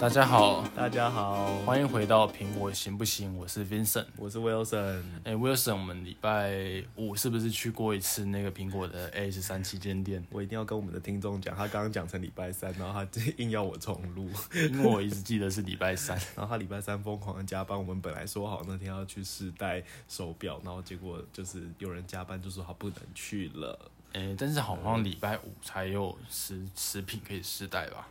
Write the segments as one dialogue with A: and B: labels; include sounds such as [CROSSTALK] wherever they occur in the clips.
A: 大家好，
B: 大家好，
A: 欢迎回到苹果行不行？我是 Vincent。
B: 我是 Wilson。
A: 哎、w i l s o n 我们礼拜五是不是去过一次那个苹果的 A 十三旗舰店？
B: 我一定要跟我们的听众讲，他刚刚讲成礼拜三，然后他硬要我重录，
A: 因为我一直记得是礼拜三。
B: 然后他礼拜三疯狂的加班。我们本来说好那天要去试戴手表，然后结果就是有人加班，就说他不能去了。
A: 哎、但是好像礼拜五才有食食品可以试戴吧？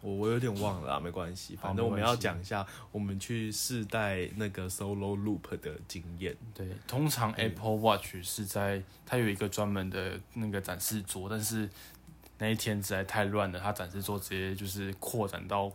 B: 我我有点忘了啊，没关系，
A: 好
B: 反正我们
A: 没关
B: 要
A: 系
B: 讲一下我们去试戴那个 Solo Loop 的经验。
A: 对，通
B: 嗯
A: 常 Apple Watch 是在它有一个专门的那个展示桌，但是那一天实在太乱了，它展示桌直接就是扩展到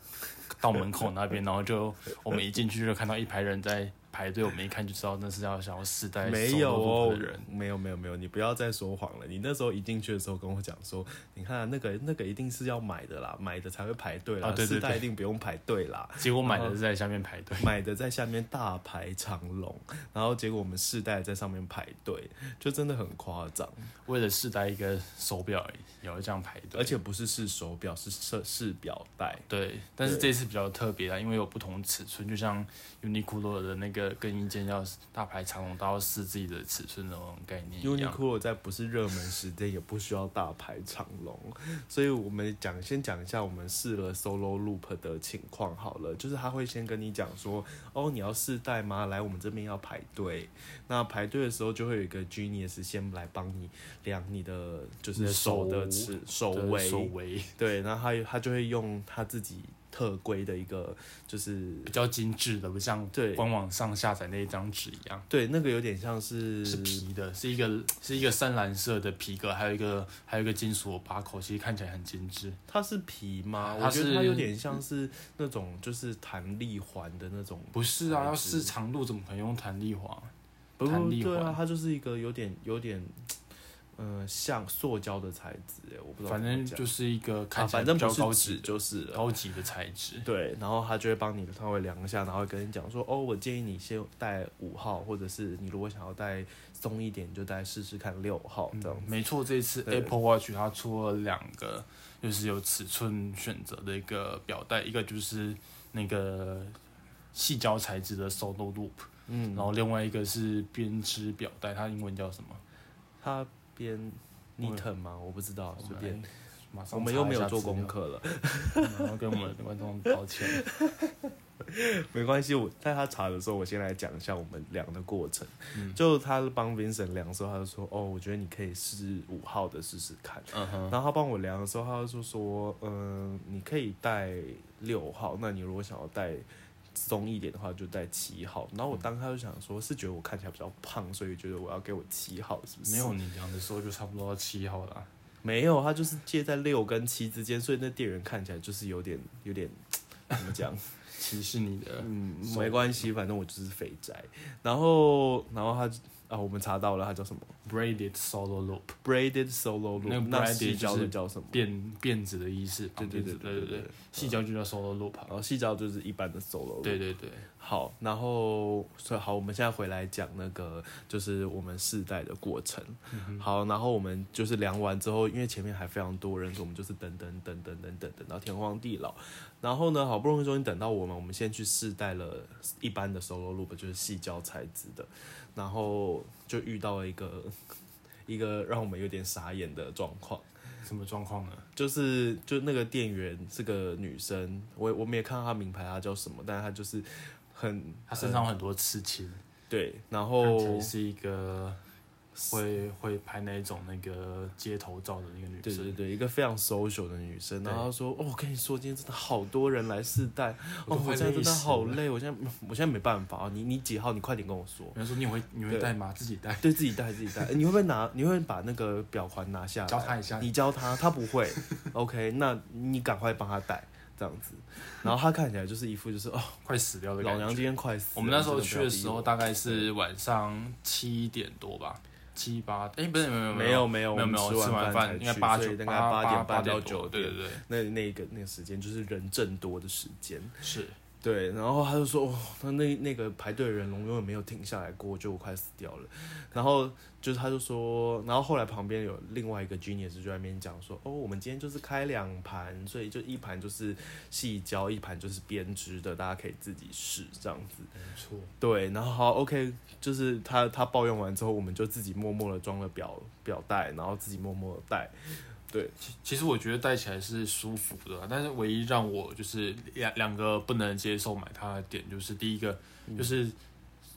A: 到门口那边，然后就我们一进去就看到一排人在排队，我们一看就知道那是要想要试戴
B: 没有
A: Solo
B: 哦
A: Loop 的人。，
B: 没有没有没有，你不要再说谎了。你那时候一进去的时候跟我讲说，你看、啊那个那个一定是要买的啦，买的才会排队啦，
A: 啊对对
B: 试戴
A: 对
B: 一定不用排队啦。
A: 结果买的是在下面排队，
B: 买的在下面大排长龙，然后结果我们试戴在上面排队，就真的很夸张。
A: 为了试戴一个手表而已也要这样排队，
B: 而且不是试手表，是试试表带。
A: 对，但是
B: 对
A: 这次比较特别啊啦，因为有不同尺寸，就像 Uniqlo 的那个更衣间要大排长龙，到试自己的尺寸的那种概念一样。
B: Uniqlo 在不是热门时间，也不需要大排长龙，所以我们讲先讲一下我们试了 Solo Loop 的情况好了，就是他会先跟你讲说，哦，你要试戴吗？来，我们这边要排队。那排队的时候就会有一个 Genius 先来帮你量你的就
A: 你
B: 是
A: 的
B: 手
A: 手
B: 的尺手
A: 对
B: 围，
A: 手围
B: 对，然后他他就会用他自己特规的一个就是
A: 比较精致的，不像
B: 对
A: 官网上下载那一张纸一样，
B: 对那个有点像是
A: 是皮的，是一个是一个深蓝色的皮革，还有一个还有一个金属的把口，其实看起来很精致。
B: 它是皮吗？
A: 它
B: 我觉得它
A: 是
B: 有点像是那种就是弹力环的那种，
A: 不是啊，
B: 材质
A: 要试长度怎么可能用弹力环？
B: 不不
A: 弹
B: 不
A: 力
B: 对啊
A: 环，
B: 它就是一个有点有点，啊嗯、像塑胶的材质耶，我不知道怎
A: 反
B: 么
A: 正
B: 讲。
A: 就
B: 啊
A: 是一个看起来
B: 反
A: 比
B: 正不
A: 较高
B: 是纸
A: 级的、
B: 就是了。
A: 高级的材质。
B: 对，然后他就会帮你稍微量一下，然后会跟你讲说，哦，我建议你先戴五号，或者是你如果想要戴松一点，你就戴试试看六号哦
A: 嗯
B: 这样子。
A: 没错，这次
B: 对
A: Apple Watch 它出了两个，就是有尺寸选择的一个表带，一个就是那个细胶材质的 Solo Loop，
B: 嗯，
A: 然后另外一个是编织表带，它英文叫什么？
B: 他编
A: 我
B: Newton 吗？我不知道，随便。，
A: 马上
B: 我们又
A: 查
B: 没
A: 一下
B: 有做
A: 资料
B: 功，课了。
A: 然后跟我们的观众道
B: [LAUGHS]
A: 歉。
B: 没关系，我在他查的时候，我先来讲一下我们量的过程。
A: 嗯
B: 就他帮 Vincent 量的时候，他就说：“哦，我觉得你可以试五号的试试看。”
A: 嗯哼，
B: 然后他帮我量的时候，他就说：“嗯，你可以带六号，那你如果想要带松一点的话，就带七号。”
A: 嗯
B: 然后我当时就想说，是觉得我看起来比较胖，所以觉得我要给我七号，是不是？
A: 没有，你量的时候就差不多到七号了。啊
B: 没有，他就是介在六跟七之间，所以那店员看起来就是有点有点怎么讲？
A: 歧视你的，
B: 嗯，
A: 手
B: 没关系，反正我就是肥宅。然后，然后他啊，我们查到了，他叫什么
A: braided solo loop
B: ？Braided Solo
A: 那
B: Loop，
A: 个
B: 那
A: braided
B: 细胶
A: 就
B: 的
A: 是
B: 叫什么？
A: 辫辫子的意思，
B: 对
A: 绑
B: 对
A: 辫
B: 对
A: 子对
B: 对哦
A: 对，。细胶就叫 solo loop，啊
B: 然后细胶就是一般的 Solo Loop。
A: 对对对。
B: 好，然后所以好，我们现在回来讲那个就是我们试戴的过程。好，然后我们就是量完之后，因为前面还非常多人，所以我们就是等等等等等等等到天荒地老。然后呢，好不容易终于等到我们，我们先去试戴了一般的 solo loop，就是细胶材质的，然后就遇到了一个一个让我们有点傻眼的状况。
A: 什么状况呢？
B: 就是就那个店员是个女生，我我没有看到她名牌，她叫什么，但是她就是很
A: 他身上有很多刺青，
B: 对，然
A: 看起来
B: 后
A: 是一个会会拍那种那个街头照的那个女
B: 对对
A: 生。
B: 对，一个非常 social 的女生，
A: 对
B: 然后她说：“哦，我跟你说，今天真的好多人来试戴，
A: 我都，
B: 哦我
A: 快
B: 现在真
A: 累
B: 的
A: 死
B: 好
A: 了
B: 累，我现在 [LAUGHS] 我现在没办法啊，你你几号？你快点跟我说。
A: 有人说你会你会
B: 对
A: 戴吗？自己戴，
B: 对自己戴自己戴，你会不会拿？你会不会把那个表环拿下来？
A: 教他一下
B: 你教他，他不会。OK，那你赶快帮他戴，这样子。然后他看起来就是一副就是哦，
A: 快死掉的
B: 老
A: 感
B: 娘
A: 觉。
B: 今天快死了。
A: 我们那时候
B: 你真
A: 去
B: 不要
A: 的
B: 逼
A: 时候
B: 我
A: 大概是晚上七点多吧，七八哎不是没有
B: 没
A: 有
B: 有没有
A: 没有没有
B: 我们吃
A: 吃完
B: 饭才
A: 饭
B: 去
A: 应该八
B: 所以
A: 九
B: 大概
A: 八
B: 八点
A: 八
B: 到
A: 点多
B: 九
A: 对对对
B: 那那个那个时间就是人正多的时间。
A: 是
B: 对，然后他就说，哦、他那那个排队的人龙永远没有停下来过，就我快死掉了。然后就是他就说，然后后来旁边有另外一个 genius 就在那边讲说，哦，我们今天就是开两盘，所以就一盘就是细胶，一盘就是编织的，大家可以自己试这样子。
A: 没错，
B: 对，然后好 OK，就是他他抱怨完之后，我们就自己默默的装了表表带，然后自己默默的戴。
A: 其其实我觉得戴起来是舒服的啊，但是唯一让我就是两两个不能接受买它的点，就是第一个就是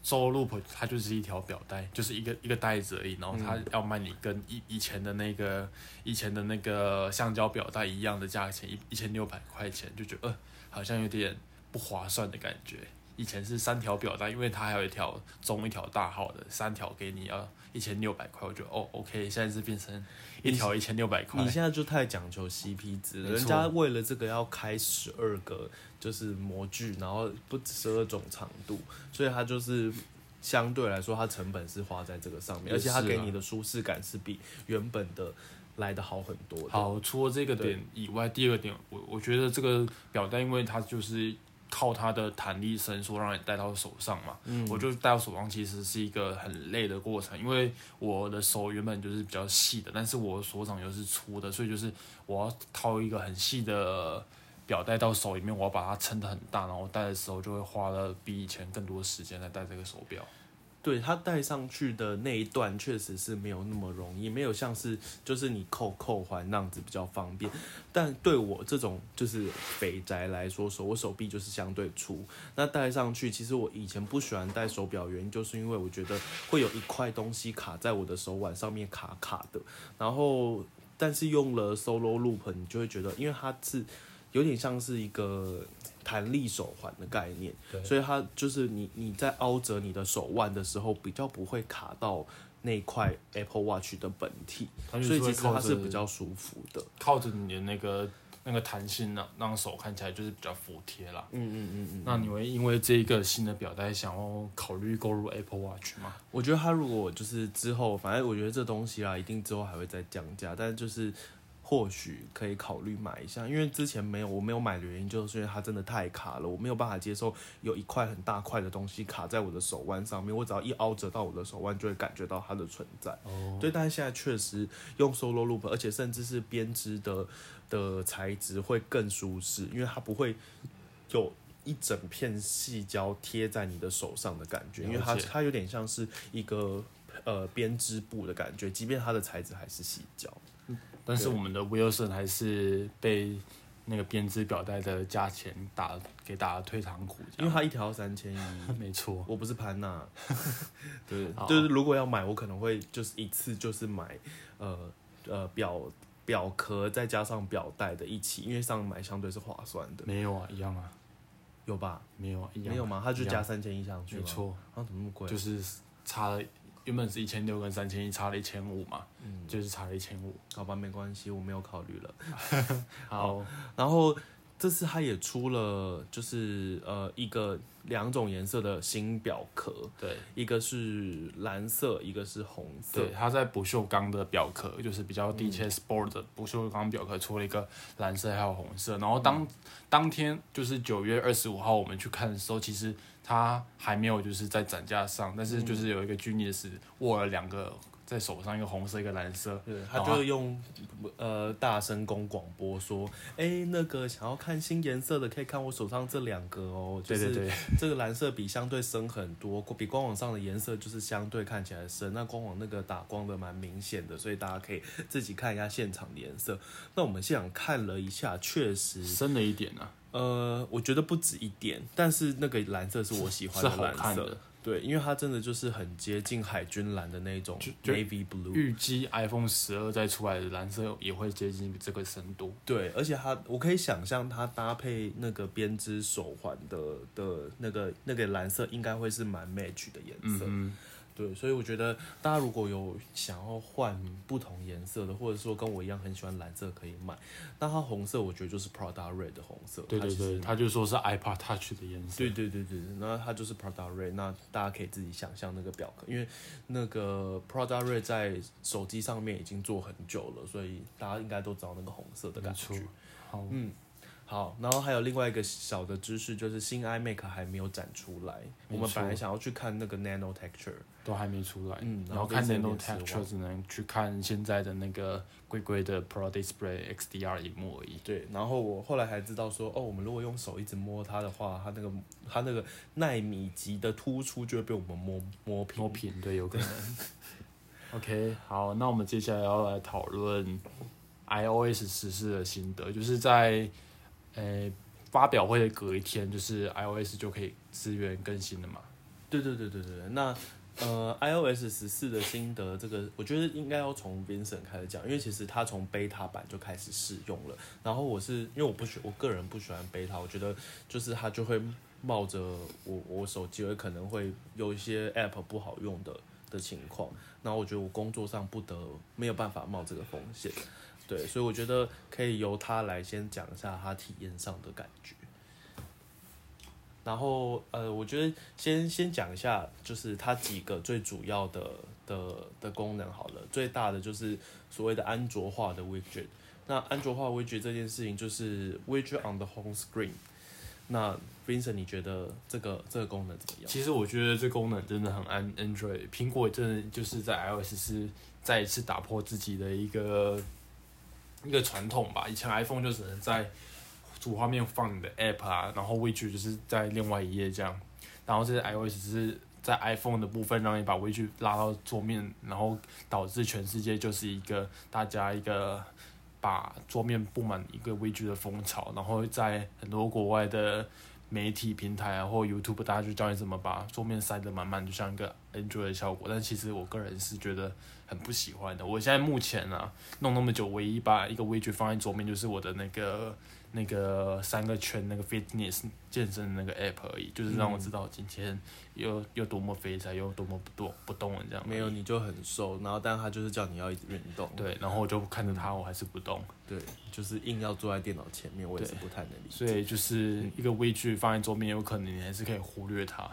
A: 周 loop 它就是一条表带，就是一个一个带子而已，然后它要卖你跟以以前的那个以前的那个橡胶表带一样的价钱，一一千六百块钱，就觉得呃好像有点不划算的感觉。以前是三条表带，因为它还有一条中一条大号的，三条给你要一千六百块，我觉得哦 OK，现在是变成一条一千六百块
B: 你。现在就太讲求 CP 值了，
A: 没错
B: 人家为了这个要开十二个就是模具，然后不止十二种长度，所以它就是相对来说它成本是花在这个上面，
A: 也
B: 而
A: 是
B: 且
A: 啊
B: 它给你的舒适感是比原本的来的好很多的。
A: 好，除了这个点以外，第二个点，我我觉得这个表带，因为它就是靠它的弹力伸缩让你戴到手上嘛，
B: 嗯
A: 我就戴到手上其实是一个很累的过程，因为我的手原本就是比较细的，但是我手掌又是粗的，所以就是我要套一个很细的表带到手里面，我要把它撑得很大，然后戴的时候就会花了比以前更多时间来戴这个手表。
B: 对它戴上去的那一段确实是没有那么容易，没有像是就是你扣扣环那样子比较方便。但对我这种就是肥宅来说，手我手臂就是相对粗，那戴上去其实我以前不喜欢戴手表，原因就是因为我觉得会有一块东西卡在我的手腕上面卡卡的，然后但是用了 Solo Loop，你就会觉得，因为它是有点像是一个弹力手环的概念。
A: 对
B: 所以它就是你你在凹折你的手腕的时候，比较不会卡到那块 Apple Watch 的本体，
A: 它就
B: 所以
A: 会
B: 其实
A: 靠
B: 它是
A: 着
B: 比较舒服的。
A: 靠着你的那个那个弹性让让手看起来就是比较服帖啦。
B: 嗯嗯嗯嗯。
A: 那你会因为这一个新的表带想要考虑购入 Apple Watch 吗？
B: 我觉得它如果就是之后，反正我觉得这东西啊，一定之后还会再降价，但就是或许可以考虑买一下，因为之前没有我没有买的原因，就是因为它真的太卡了，我没有办法接受有一块很大块的东西卡在我的手腕上面，我只要一凹折到我的手腕，就会感觉到它的存在。
A: 哦，
B: 对，但是现在确实用 solo loop，而且甚至是编织的的材质会更舒适，因为它不会有一整片细胶贴在你的手上的感觉，因为它
A: 了解
B: 它有点像是一个呃编织布的感觉，即便它的材质还是细胶。
A: 但是我们的 Wilson 还是被那个编织表带的价钱打给打了退堂鼓，这
B: 因为
A: 样
B: 它一条三千一，
A: 没错。
B: 我不是
A: [LAUGHS]
B: 潘娜，对
A: 好，
B: 就是如果要买，我可能会就是一次就是买，呃呃表表壳再加上表带的一起，因为这样买相对是划算的，
A: 没有啊，一样啊，
B: 有吧？
A: 没有啊，一样啊、
B: 没有吗？它就
A: 一样
B: 加三千一上去
A: 没
B: 吗？
A: 错，
B: 啊，怎么那么贵？
A: 就是差了，原本是一千六跟三千一，差了一千五嘛，
B: 嗯
A: 就是差了一千五。
B: 好吧，没关系，我没有考虑了。
A: 好，
B: 然后这次它也出了，就是呃一个两种颜色的新表壳，
A: 对
B: 一个是蓝色，一个是红色
A: 对，。它嗯在不锈钢的表壳，就是比较低阶 sport 的不锈钢表壳，出了一个蓝色还有红色。然后当、当天就是九月二十五号我们去看的时候，其实它还没有就是在展架上，但是就是有一个 Genius 握了两个在手上，一个红色一个蓝色。
B: 对，他
A: 好啊
B: 就用、呃大声公广播说，哎、那个想要看新颜色的，可以看我手上这两个哦，就
A: 对对
B: 是
A: 对，
B: [LAUGHS] 这个蓝色比相对深很多，比官网上的颜色就是相对看起来深。那官网那个打光的蛮明显的，所以大家可以自己看一下现场的颜色。那我们现场看了一下，确实，
A: 深了一点啊，
B: 呃，我觉得不止一点，但是那个蓝色是我喜欢
A: 是
B: 的
A: 好
B: 蓝
A: 看
B: 色
A: 的。。
B: 对，因为它真的就是很接近海军蓝的那一种
A: 就就
B: navy blue。
A: 预计 iPhone 十二再出来的蓝色也会接近这个深度。
B: 对，而且它，我可以想象它搭配那个编织手环的的那个那个蓝色，应该会是蛮 match 的颜色。
A: 嗯
B: 对，所以我觉得大家如果有想要换不同颜色的，或者说跟我一样很喜欢蓝色，可以买。那它红色，我觉得就是 Prada Red 的红色。
A: 对
B: 它
A: 对
B: 其实
A: 对，他就说是 iPad Touch 的颜色。
B: 对对对对，那它就是 Prada Ray，那大家可以自己想象那个表格，因为那个 Prada Ray 在手机上面已经做很久了，所以大家应该都知道那个红色的感
A: 没错
B: 觉。
A: 好，
B: 嗯，好，然后还有另外一个小的知识，就是新 iMac 还没有展出来。我
A: 没
B: 们本来
A: 错
B: 想要去看那个 Nano Texture，
A: 都还没出来，
B: 嗯
A: 然
B: 然后
A: 后看
B: 这次
A: Nano
B: 有点失望
A: Texture 只能去看现在的那个贵贵的 Pro Display XDR 荧幕而已。
B: 对，然后我后来还知道说，哦，我们如果用手一直摸它的话，它那个它那个纳米级的突出就会被我们摸摸平。
A: 脱贫，对，有可能。OK，好，那我们接下来要来讨论 iOS 实施的心得，就是在呃发表会的隔一天，就是 iOS 就可以资源更新了嘛。
B: 对对对对对，对那呃，iOS 十四的心得，这个我觉得应该要从 Vincent 开始讲，因为其实他从 beta 版就开始试用了。然后我是因为我不喜，我个人不喜欢 beta，我觉得就是它就会冒着我我手机会可能会有一些 app 不好用的的情况，然后我觉得我工作上不得没有办法冒这个风险，对，所以我觉得可以由他来先讲一下他体验上的感觉。然后呃，我觉得先先讲一下，就是它几个最主要的的的功能好了。最大的就是所谓的安卓化的 widget。那安卓化 widget 这件事情，就是 widget on the home screen。那 Vincent，你觉得这个这个功能怎么样？
A: 其实我觉得这功能真的很安 Android，苹果真的就是在 iOS 是再一次打破自己的一个一个传统吧。以前 iPhone 就只能在主画面放你的 App 啊，然后 Widget 就是在另外一页这样。然后这是 iOS 只是在 iPhone 的部分让你把 Widget 拉到桌面，然后导致全世界就是一个大家一个把桌面布满一个 Widget 的风潮，然后在很多国外的。媒体平台啊，或 YouTube，大家就教你怎么把桌面塞得满满，就像一个 Android 的效果。但其实我个人是觉得很不喜欢的。我现在目前啊，弄那么久，唯一把一个 widget 放在桌面，就是我的那个那个三个圈那个 fitness 健身的那个 app 而已，就是让我知道今天又又多么肥宅，又多么不动不动了这样。
B: 没有，。你就很瘦，然后但他就是叫你要一直运动，
A: 对，然后我就看着它，我还是不动。
B: 对，就是硬要坐在电脑前面，我也是
A: 对
B: 不太能理
A: 所
B: 解。
A: 以就是
B: 嗯
A: 一个 widget 放在桌面，有可能你还是可以忽略它。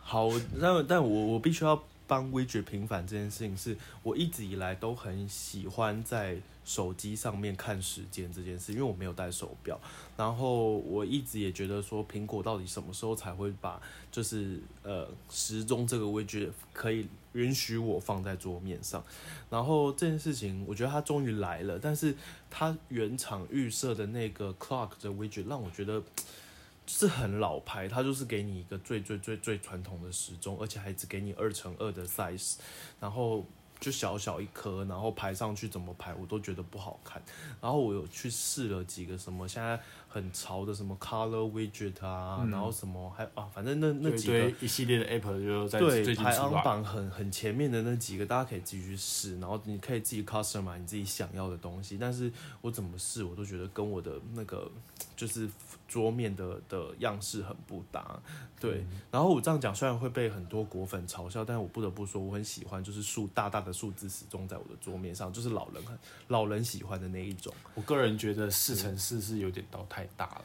B: 好，但但我我必须要帮 widget 平反这件事情是，我一直以来都很喜欢在手机上面看时间这件事，因为我没有戴手表，然后我一直也觉得说，苹果到底什么时候才会把就是呃时钟这个 widget 可以允许我放在桌面上，然后这件事情我觉得它终于来了，但是它原厂预设的那个 clock 的 widget 让我觉得。就是很老牌，它就是给你一个最最最最传统的时钟，而且还只给你二乘二的 size，然后就小小一颗，然后排上去怎么排我都觉得不好看。然后我有去试了几个什么现在很潮的什么 color widget 啊，
A: 嗯
B: 然后什么还啊，反正那那
A: 就一
B: 几个
A: 堆一系列的 app 就在最
B: 对
A: 近出
B: 排行
A: 来。
B: 榜很很前面的那几个，大家可以自己去试，然后你可以自己 custom 买你自己想要的东西。但是我怎么试，我都觉得跟我的那个就是桌面的的样式很不搭。对，
A: 嗯
B: 然后我这样讲虽然会被很多果粉嘲笑，但是我不得不说，我很喜欢就是数大大的数字始终在我的桌面上，就是老人很老人喜欢的那一种。
A: 我个人觉得四乘四是有点到太大了，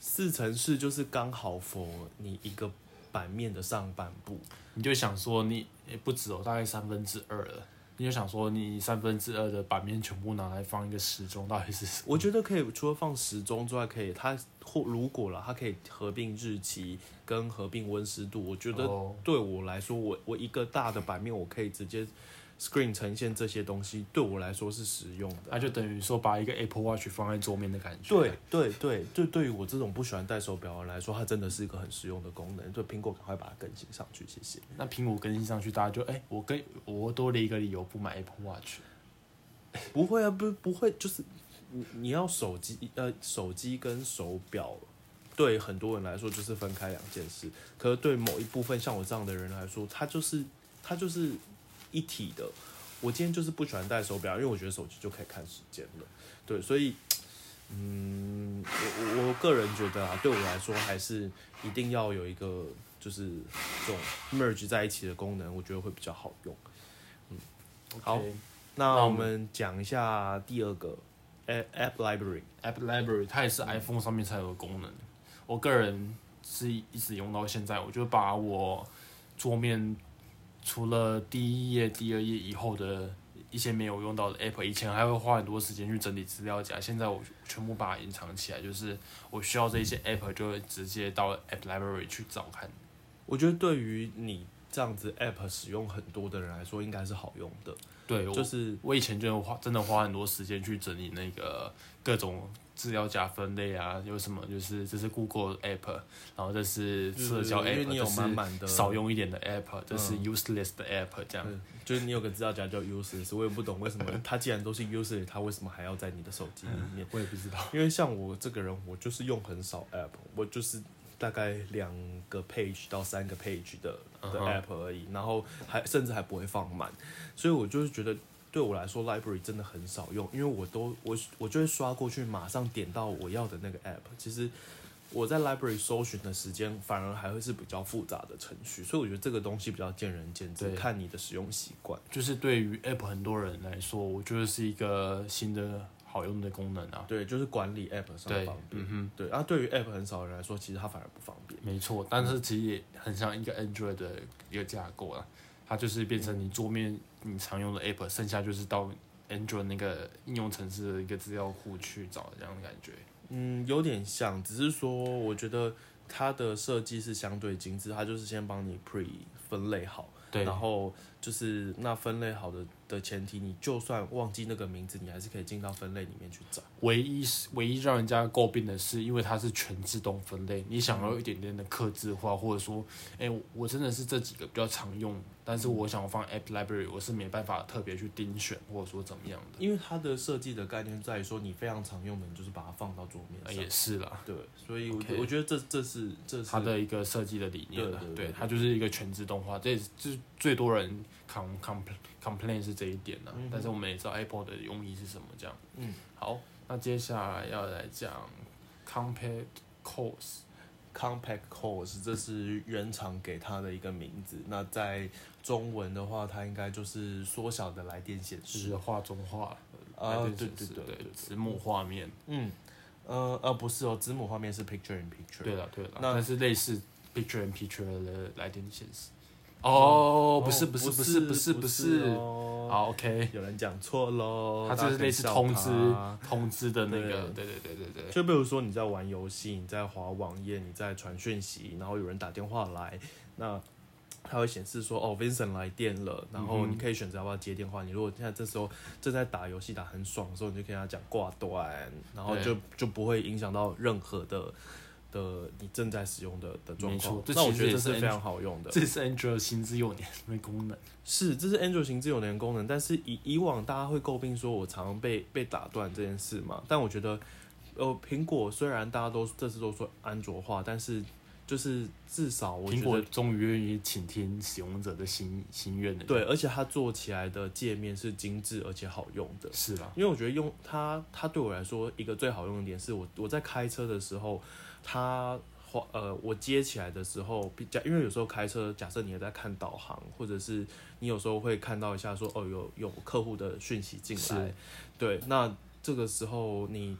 B: 四乘四就是刚好 for 你一个版面的上半部。
A: 你就想说你也不止哦，大概三分之二了。你就想说你三分之二的版面全部拿来放一个时钟，到底是什么？
B: 我觉得可以，除了放时钟之外，可以它或如果了，它可以合并日期跟合并温湿度。我觉得
A: 哦
B: 对我来说，我我一个大的版面，我可以直接 screen 呈现这些东西，对我来说是实用
A: 那、
B: 的。
A: 就等于说把一个 Apple Watch 放在桌面的感觉。
B: 对，对对，就对于我这种不喜欢戴手表的人来说，它真的是一个很实用的功能。对苹果赶快把它更新上去，谢谢。
A: 那苹果更新上去，大家就哎、我跟我多了一个理由不买 Apple Watch。
B: 不会啊，不不会，就是你你要手机呃手机跟手表，对很多人来说就是分开两件事，可是对某一部分像我这样的人来说，它就是它就是一体的。我今天就是不喜欢戴手表，因为我觉得手机就可以看时间了。对，所以，嗯，我我我个人觉得啊，对我来说还是一定要有一个就是这种 merge 在一起的功能，我觉得会比较好用。好
A: OK
B: 那
A: 我
B: 我
A: 们
B: 们讲一下第二个 A- App Library。
A: App Library，它也是 iPhone 上面才有的功能。我个人是一直用到现在，我就把我桌面除了第一页、第二页以后的一些没有用到的 app，以前还会花很多时间去整理资料夹，现在我全部把它隐藏起来，就是我需要这一些 app 就会直接到 app library 去找看。
B: 我觉得对于你这样子 app 使用很多的人来说，应该是好用的。
A: 对，
B: 就
A: 我
B: 是
A: 我以前就花真的花很多时间去整理那个各种资料夹分类啊，有什么就是这是 Google app，然后这是社交
B: 因为
A: app，
B: 你有
A: 这
B: 满
A: 是
B: 满的
A: 少用一点的 app，这是
B: 嗯
A: useless 的 app，这样。
B: 嗯，就是你有个资料夹叫 useless，我也不懂为什么它既然都是 useless，它为什么还要在你的手机里面？
A: 我也不知道。
B: 因为像我这个人，我就是用很少 app，我就是大概两个 page 到三个 page 的
A: 嗯
B: 的
A: 哼
B: app 而已，然后还甚至还不会放满，所以我就是觉得。对我来说，library 真的很少用，因为我都我我就会刷过去，马上点到我要的那个 app。其实我在 library 搜寻的时间，反而还会是比较复杂的程序，所以我觉得这个东西比较见仁见智，
A: 对
B: 看你的使用习惯。
A: 就是对于 App 很多人来说，我觉得是一个新的好用的功能啊。
B: 对，就是管理 app 上
A: 对
B: 方，便。
A: 嗯
B: 对，啊，对于 app 很少的人来说，其实它反而不方便
A: 哼，。没错。但是其实也很像一个 Android 的一个架构啊，它就是变成你桌面你常用的 App，剩下就是到 Android 那个应用程式的一个资料库去找这样的感觉。
B: 嗯，有点像，只是说我觉得它的设计是相对精致，它就是先帮你 pre 分类好，
A: 对，
B: 然后就是那分类好的的前提，你就算忘记那个名字，你还是可以进到分类里面去找。
A: 唯一是唯一让人家诟病的是，因为它是全自动分类，你想要
B: 嗯
A: 一点点的克制化，或者说，哎、我我真的是这几个比较常用，但是我想要放 App Library，我是没办法特别去盯选，或者说怎么样的。
B: 因为它的设计的概念在于说，你非常常用的，你就是把它放到桌面
A: 呃
B: 上。
A: 也是啦，
B: 对，所以我
A: OK
B: 我觉得这这是这是
A: 它的一个设计的理念啦
B: 对对对
A: 对，
B: 对
A: 它就是一个全自动化，这也是这是最多人 com com complain 是这一点呢
B: 嗯哼。
A: 但是我们也知道 Apple 的用意是什么，这样。
B: 嗯，
A: 好，那接下来要来讲 Compact Course。
B: Compact Cores，这是原厂给它的一个名字。那在中文的话，它应该就是缩小的来电显
A: 就
B: 示
A: 是画中画
B: 啊，
A: 来
B: 对
A: 电
B: 对
A: 显示
B: 对对，
A: 子母画面，
B: 嗯，呃呃，不是哦，子母画面是 picture in picture。
A: 对了对了，
B: 那
A: 但是类似 picture and picture 的来电显示。哦，不是不是不是不是不是，
B: 哦，
A: 好 OK， [LAUGHS]
B: 有人讲错喽。
A: 它
B: 大家
A: 就是
B: 可以
A: 类似
B: 笑
A: 通
B: 他
A: 知通知的那个，对对对对对
B: 就比如说你在玩游戏，你在滑网页，你在传讯息，然后有人打电话来，那它会显示说哦，Vincent 来电了，然
A: 嗯
B: 后你可以选择要不要接电话。你如果现在这时候正在打游戏打很爽的时候，你就跟他讲挂断，然后
A: 对
B: 就就不会影响到任何的。的你正在使用的的状
A: 没
B: 况
A: 错，这
B: 那我
A: 其实
B: 觉得
A: 也
B: 这
A: 是
B: 是非常好用的。
A: 这是 Android 新之幼年的功能，
B: 是，这是 Android 型自由连功能，但是以以往大家会诟病说我常常被被打断这件事嘛，但我觉得，呃，苹果虽然大家都这次都说安卓化，但是就是至少我
A: 苹
B: 觉
A: 果
B: 得
A: 终于愿意倾听使用者的心心愿了。
B: 对，，而且它做起来的界面是精致而且好用的，
A: 是啊啦，
B: 因为我觉得用它，它对我来说一个最好用的点是我我在开车的时候，它滑呃我接起来的时候，比较因为有时候开车，假设你也在看导航，或者是你有时候会看到一下说哦有有客户的讯息进来
A: 是，
B: 对，那这个时候你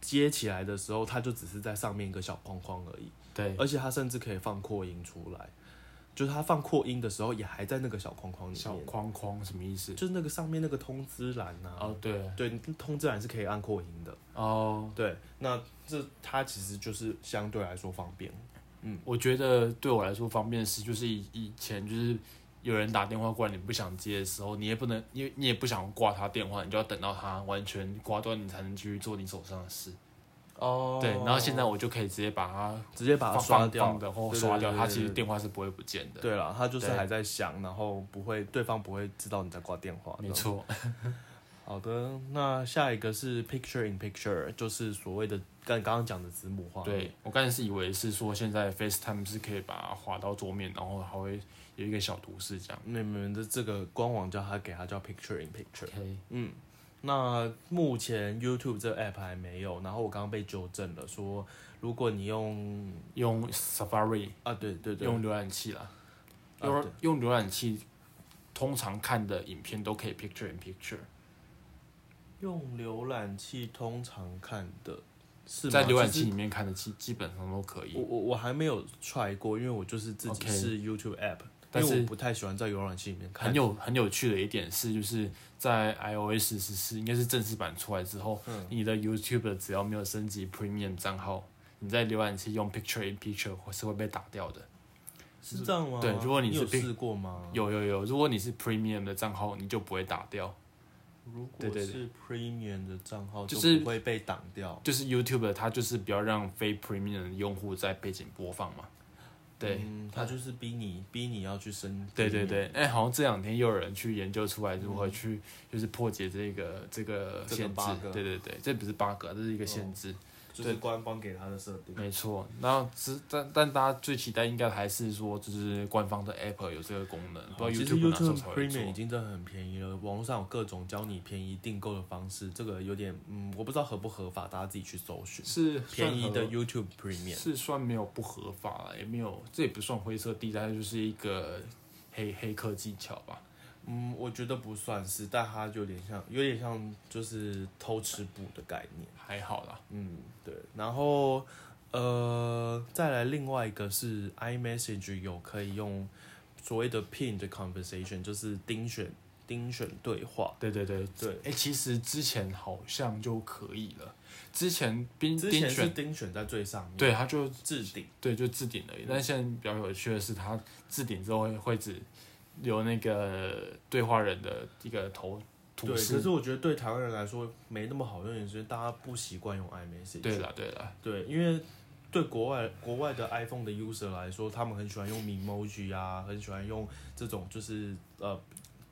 B: 接起来的时候，它就只是在上面一个小框框而已，
A: 对，
B: 而且它甚至可以放扩音出来，就是它放扩音的时候也还在那个小框框里
A: 小
B: 面，
A: 框框什么意思？
B: 就是那个上面那个通知栏呐、啊。
A: 哦，对，
B: 对，通知栏是可以按扩音的。
A: 哦，
B: 对，那这它其实就是相对来说方便。嗯
A: 我觉得呃对我来说方便的是，就是以以前就是有人打电话过来，你不想接的时候，你也不能，因为你也不想挂他电话，你就要等到他完全挂断，你才能继续做你手上的事。
B: 哦
A: 对，然后现在我就可以直接把它
B: 直接把它
A: 放
B: 刷
A: 放
B: 掉
A: 放。的或
B: 对对
A: 刷掉，
B: 对对
A: 它
B: 对
A: 其实
B: 对
A: 电话是不会不见的。，
B: 对了，它就是
A: 对
B: 还在响，然后不会，对方不会知道你在挂电话。
A: 没。错，
B: 好的，那下一个是 picture in picture，就是所谓的刚刚刚讲的子母画面。
A: 对我刚才是以为是说现在 FaceTime 是可以把它滑到桌面，然后还会有一个小图示这样。
B: 没没没，这这个官网叫它给它叫 picture in picture。
A: OK，
B: 嗯，那目前 YouTube 这个 app 还没有，然后我刚刚被纠正了，说如果你用
A: 用 Safari
B: 啊，对对对，
A: 用浏览器啦，
B: 啊
A: 用、
B: 对
A: 用浏览器，通常看的影片都可以 picture in picture，
B: 用浏览器通常看的是吗
A: 在浏览器
B: 其
A: 里
B: 实
A: 面看的基基本上都可
B: 我
A: 以，
B: 我我还没有 try 过，因为我就是自己
A: OK
B: 是 YouTube app，
A: 但
B: 因为
A: 是
B: 我不太喜欢在浏览器里面看。
A: 很有很有趣的一点是，就是在 iOS 十四应该是正式版出来之后，
B: 嗯
A: 你的 YouTube 只要没有升级 Premium 账号，你在浏览器用 Picture in Picture 会是会被打掉的。
B: 是这样吗？
A: 对如果你
B: 你
A: 是
B: 有
A: 并
B: 试过吗？
A: 有有有，如果你是 Premium 的账号，你就不会打掉。
B: 如
A: 对
B: 果
A: 对对
B: 是 Premium 的账号，
A: 就是
B: 不会被挡掉。
A: 就是 YouTube 它就是不要让非 Premium 的用户在背景播放嘛。对、
B: 嗯，他就是逼你，逼你要去升。
A: 对对对，，哎、好像这两天又有人去研究出来如何去就是破解这个这个
B: 这个
A: 限制。
B: bug 哦
A: 对对对，这不是 bug，啊这是一个限制。
B: 就是官方给他的设定。
A: 没错，然后只但但大家最期待应该还是说，就是官方的 App 有这个功能，不知道
B: 嗯哦其实
A: YouTube 哪时候
B: YouTube
A: 才会
B: Premium 已
A: 做。
B: 经真的很便宜了，网络上有各种教你便宜订购的方式，这个有点嗯，我不知道合不合法，大家自己去搜寻。
A: 是
B: 便宜的
A: 算合
B: YouTube Premium，
A: 是算没有不合法啦，也没有，这也不算灰色地带，它就是一个黑黑客技巧吧。
B: 嗯，我觉得不算是，但它有点像，有点像就是偷吃补的概念。
A: 还好啦，
B: 嗯，对。然后呃，再来另外一个是 iMessage 有可以用所谓的 pin 的 conversation，就是盯选盯选对话。
A: 对对对
B: 对
A: 哎、其实之前好像就可以了，之前冰
B: 之
A: 丁
B: 前是
A: 选
B: 盯选在最上面，
A: 对，它就
B: 置顶。
A: 对，就置顶而已。但现在比较有趣的是，它置顶之后会会只留那个对话人的一个头图
B: 对，可
A: 示。
B: 是我觉得对台湾人来说没那么好用，也是大家不习惯用 iMessage。
A: 对了对了，
B: 对，因为对国外国外的 iPhone 的 user 来说，他们很喜欢用 emoji 啊，很喜欢用这种就是呃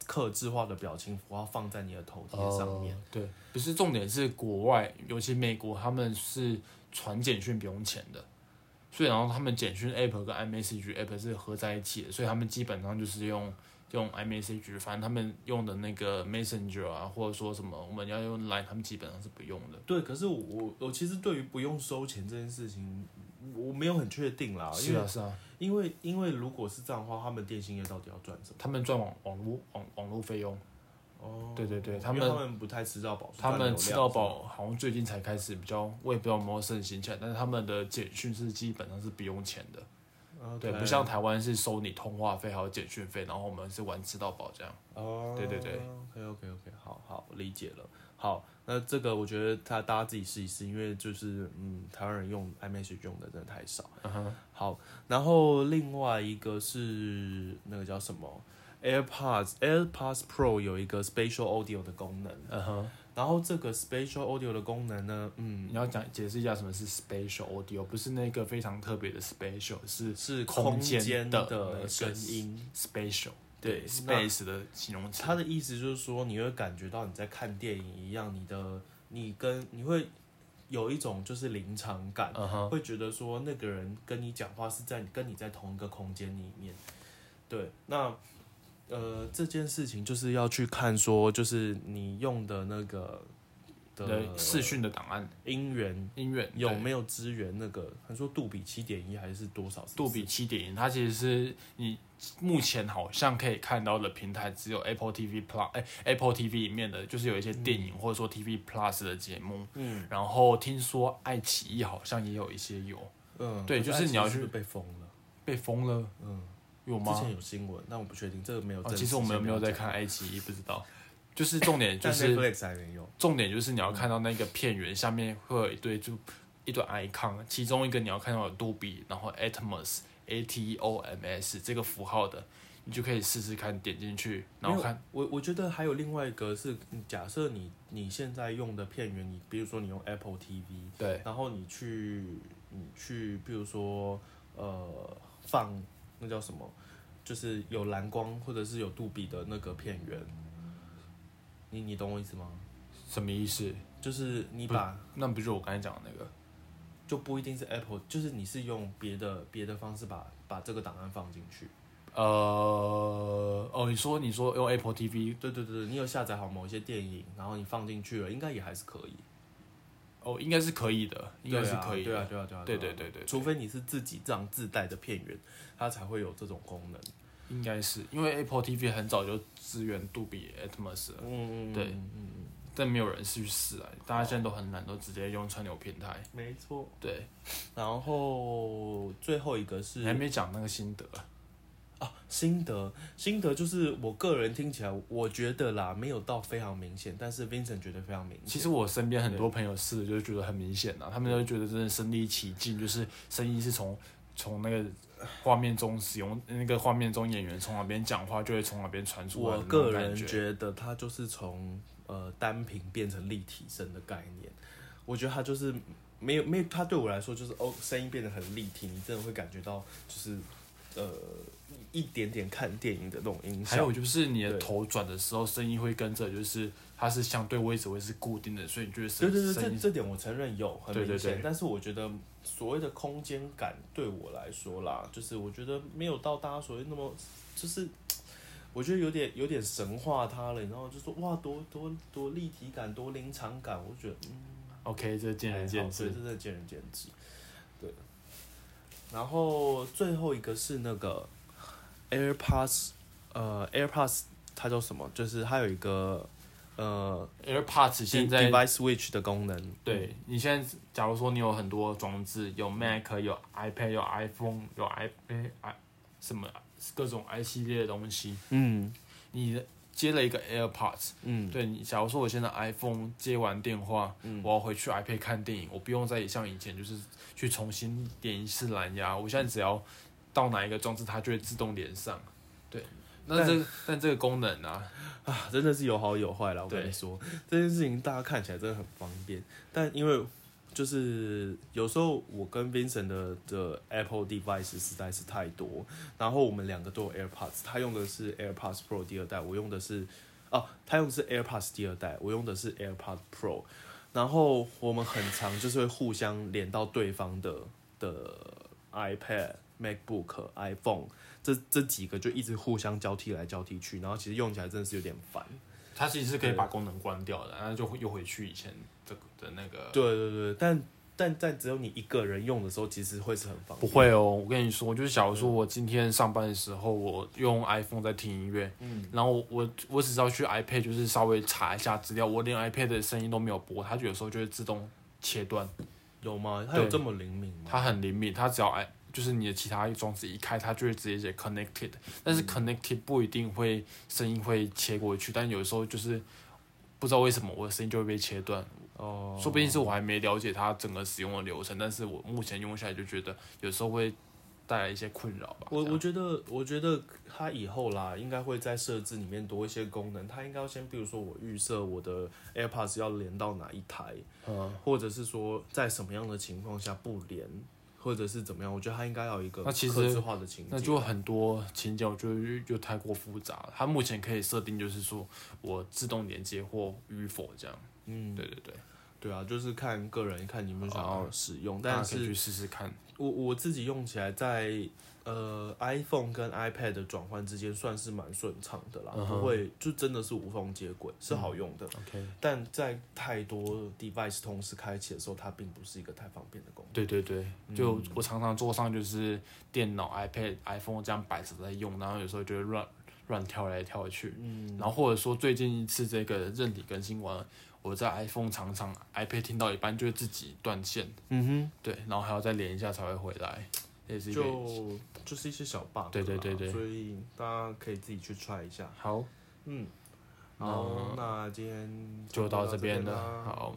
B: 克制化的表情符号放在你的头贴上面。
A: 呃对，不是重点是国外，尤其美国，他们是传简讯不用钱的，所以然后他们简讯 app 跟 iMessage app 是合在一起的，所以他们基本上就是用用 iMessage，反正他们用的那个 Messenger 啊，或者说什么我们要用 Line，他们基本上是不用的。
B: 对，可是我我我其实对于不用收钱这件事情，我没有很确定啦，因
A: 是
B: 为、
A: 啊是啊，
B: 因为因为如果是这样的话，他们电信业到底要赚什么？
A: 他们赚网网络网网络费用。
B: 哦
A: 对对对
B: 因为
A: 他
B: 他
A: 们
B: 们不太吃到饱，
A: 他
B: 赚流
A: 们
B: 量
A: 吃到饱，好像最近才开始比较，我也不知道有没有盛行起来，但是他们的简讯是基本上是不用钱的，
B: 是吗，
A: 对，
B: OK
A: 不像台湾是收你通话费还有简讯费，然后我们是玩吃到饱这样。
B: 哦，
A: 对对对
B: ，OK OK OK，好好理解了。好，那这个我觉得他大家自己试一试，因为就是嗯，台湾人用 iMessage 用的真的太少。
A: 嗯哼，
B: 好，然后另外一个是那个叫什么 AirPods AirPods Pro 有一个 Spatial Audio 的功能，
A: 嗯哼，
B: 然后这个 Spatial Audio 的功能呢，嗯，
A: 你要讲解释一下什么是 spatial audio，不是那个非常特别的 spatial，是
B: 是
A: 空
B: 间
A: 间的那
B: 的
A: 个
B: 声音。
A: spatial，
B: 对
A: 对
B: 那
A: ，space 的形容词。
B: 他的意思就是说，你会感觉到你在看电影一样，你的你跟你会有一种就是临场感，
A: 嗯哼，
B: 会觉得说那个人跟你讲话是在跟你在同一个空间里面。对，那呃这件事情就是要去看说，就是你用的那个
A: 的
B: 的
A: 视讯的档案
B: 音源
A: 音乐
B: 有
A: 对
B: 没有支援那个？他说杜比七点一还是多少？
A: 杜比七点零，它其实是你目前好像可以看到的平台只有 Apple TV Plus，哎、Apple TV 里面的就是有一些电影、或者说 TV Plus 的节目，
B: 嗯
A: 然后听说爱奇艺好像也有一些有
B: 嗯，
A: 对
B: 可
A: 就是
B: 爱
A: 你
B: 奇艺
A: 要
B: 是
A: 去
B: 不是被封了，
A: 被封了，
B: 嗯。
A: 有
B: 之
A: 吗？
B: 前有新闻，但我不确定这个没有
A: 啊，
B: 证实。
A: 其实我们有
B: 先不
A: 没
B: 要
A: 有在
B: 讲
A: 看爱奇艺，不知道。就是重点就
B: 但
A: 是
B: Netflix 还没有。
A: 重点就是你要看到那个片源下面会有一堆就一堆 icon，其中一个你要看到有杜比，然后 Atmos A T O M S 这个符号的，你就可以试试看点进去，然后看
B: 没有我我觉得还有另外一个是，嗯假设你你现在用的片源，你比如说你用 Apple TV，
A: 对
B: 然后你去你去，比如说呃放那叫什么，就是有蓝光或者是有杜比的那个片源，你你懂我意思吗？
A: 什么意思？
B: 就是你把
A: 那不就是我刚才讲的那个？
B: 就不一定是 Apple，就是你是用别的别的方式把把这个档案放进去。
A: 呃，哦，你说你说用 Apple TV，
B: 对对对，对你有下载好某一些电影，然后你放进去了，应该也还是可以。
A: 哦，应该是可以的，应该是可以
B: 对啊
A: 的，，
B: 对啊，对啊，
A: 对
B: 对
A: 对
B: 啊
A: 对对对
B: 除非你是自己这样自带的片源，它才会有这种功能。
A: 应该是因为 Apple TV 很早就支援杜比 Atmos 了，
B: 嗯
A: 对
B: 嗯嗯，
A: 但没有人是去试来，大家现在都很懒，都直接用串流平台。
B: 没错。
A: 对，
B: 然后最后一个是
A: 你还没讲那个心得。
B: 啊啊，心得，心得就是我个人听起来，我觉得啦，没有到非常明显，但是 Vincent 觉得非常明显。
A: 其实我身边很多朋友是，就是觉得很明显啊，他们都觉得真的身临其境，就是声音是从从那个画面中使用，那个画面中演员从哪边讲话，就会从哪边传出来
B: 我
A: 的那种
B: 个
A: 感
B: 人
A: 觉。
B: 觉得它就是从呃单屏变成立体声的概念，我觉得它就是没有没有，它对我来说就是哦，声音变得很立体，你真的会感觉到就是呃一点点看电影的那种影
A: 还
B: 响
A: 有。就是你的
B: 对
A: 头转的时候，声音会跟着，就是它是相对位置会是固定的，所以你觉得声
B: 对对对，
A: 声
B: 这
A: 音
B: 这点我承认有很
A: 对
B: 明
A: 对
B: 显，
A: 对
B: 但是我觉得所谓的空间感对我来说啦，就是我觉得没有到大家所谓那么，就是我觉得有点有点神化它了，然后就说哇多多多立体感，多临场感，我就觉得嗯
A: OK，这见仁见
B: 还
A: 智
B: 哦好对。真的见仁见智。对，然后最后一个是那个 AirPods，呃，AirPods 它叫什么？就是它有一个呃
A: AirPods 现在
B: device switch 的功能。
A: 对你现在，假如说你有很多装置，有
B: 嗯
A: Mac，有 iPad，有 iPhone，有 i 哎 i 什么各种 i 系列的东西，
B: 嗯
A: 你接了一个 AirPods，
B: 嗯，
A: 对你，假如说我现在 iPhone 接完电话，
B: 嗯
A: 我要回去 iPad 看电影，我不用再像以前就是去重新点一次蓝牙，我现
B: 嗯
A: 在只要到哪一个装置，它就会自动连上。对，那
B: 但
A: 这但这个功能啊，
B: 啊，真的是有好有坏啦。我跟
A: 对
B: 你说，这件事情大家看起来真的很方便，但因为就是有时候我跟 Vincent 的的 Apple device 实在是太多，然后我们两个都有 AirPods，他用的是 AirPods Pro 第二代，我用的是哦，他用的是 AirPods 第二代，我用的是 AirPods Pro，然后我们很常就是会互相连到对方的的 iPad、MacBook、iPhone 这这几个就一直互相交替来交替去，然后其实用起来真的是有点烦。
A: 它其实是可以
B: 对
A: 把功能关掉的，那就会又回去以前的的那个。
B: 对对对，但但但只有你一个人用的时候，其实会是很方
A: 不
B: 便。
A: 会哦，我跟你说，就是假如说我今天上班的时候，我用 iPhone 在听音乐，
B: 嗯，
A: 然后我我我只要去 iPad 就是稍微查一下资料，我连 iPad 的声音都没有播，它就有时候就会自动切断，
B: 有吗？它有
A: 对
B: 这么灵敏吗？
A: 它很灵敏，它只要 i 就是你的其他装置一开，它就会直接写 connected，但
B: 嗯
A: 是 connected 不一定会声音会切过去，但有时候就是不知道为什么我的声音就会被切断，
B: 哦，
A: 说不定是我还没了解它整个使用的流程，但是我目前用下来就觉得有时候会带来一些困扰吧。
B: 我
A: 这样
B: 我觉得，我觉得它以后啦，应该会在设置里面多一些功能。它应该要先，比如说我预设我的 AirPods 要连到哪一台，
A: 嗯。
B: 或者是说在什么样的情况下不连，或者是怎么样。我觉得它应该要有一个
A: 那其实
B: 克制化的情
A: 那
B: 景。
A: 就很多情节，我觉得就太过复杂了。它目前可以设定就是说我自动连接或与否这样。
B: 嗯，
A: 对对对，
B: 对啊，就是看个人看你们想要
A: 哦
B: 使用，
A: 大
B: 但
A: 家可以
B: 是
A: 去试试看。
B: 我我自己用起来在呃 iPhone 跟 iPad 的转换之间算是蛮顺畅的啦，
A: 嗯哼嗯
B: 不会就真的是无缝接轨，是好用的。
A: OK。
B: 但在太多 device 同时开启的时候，它并不是一个太方便的功能。
A: 对对对，
B: 嗯
A: 就我常常桌上就是电脑、iPad、iPhone 这样摆着在用，然后有时候就会乱乱跳来跳去。
B: 嗯，
A: 然后或者说最近一次这个韧体更新完，我在 iPhone 常常 iPad 听到一半就会自己断线，
B: 嗯
A: 对，然后还要再连一下才会回来，也是一
B: 哼，
A: 个
B: 就就是一些小 bug，啦
A: 对对对对
B: 所以大家可以自己去 try 一下。
A: 好。
B: 嗯，
A: 那
B: 好，那今天
A: 就到这边
B: 啦
A: 了。好，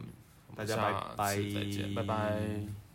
B: 大家
A: 我们下
B: 拜
A: 次再见，拜
B: 拜
A: 拜。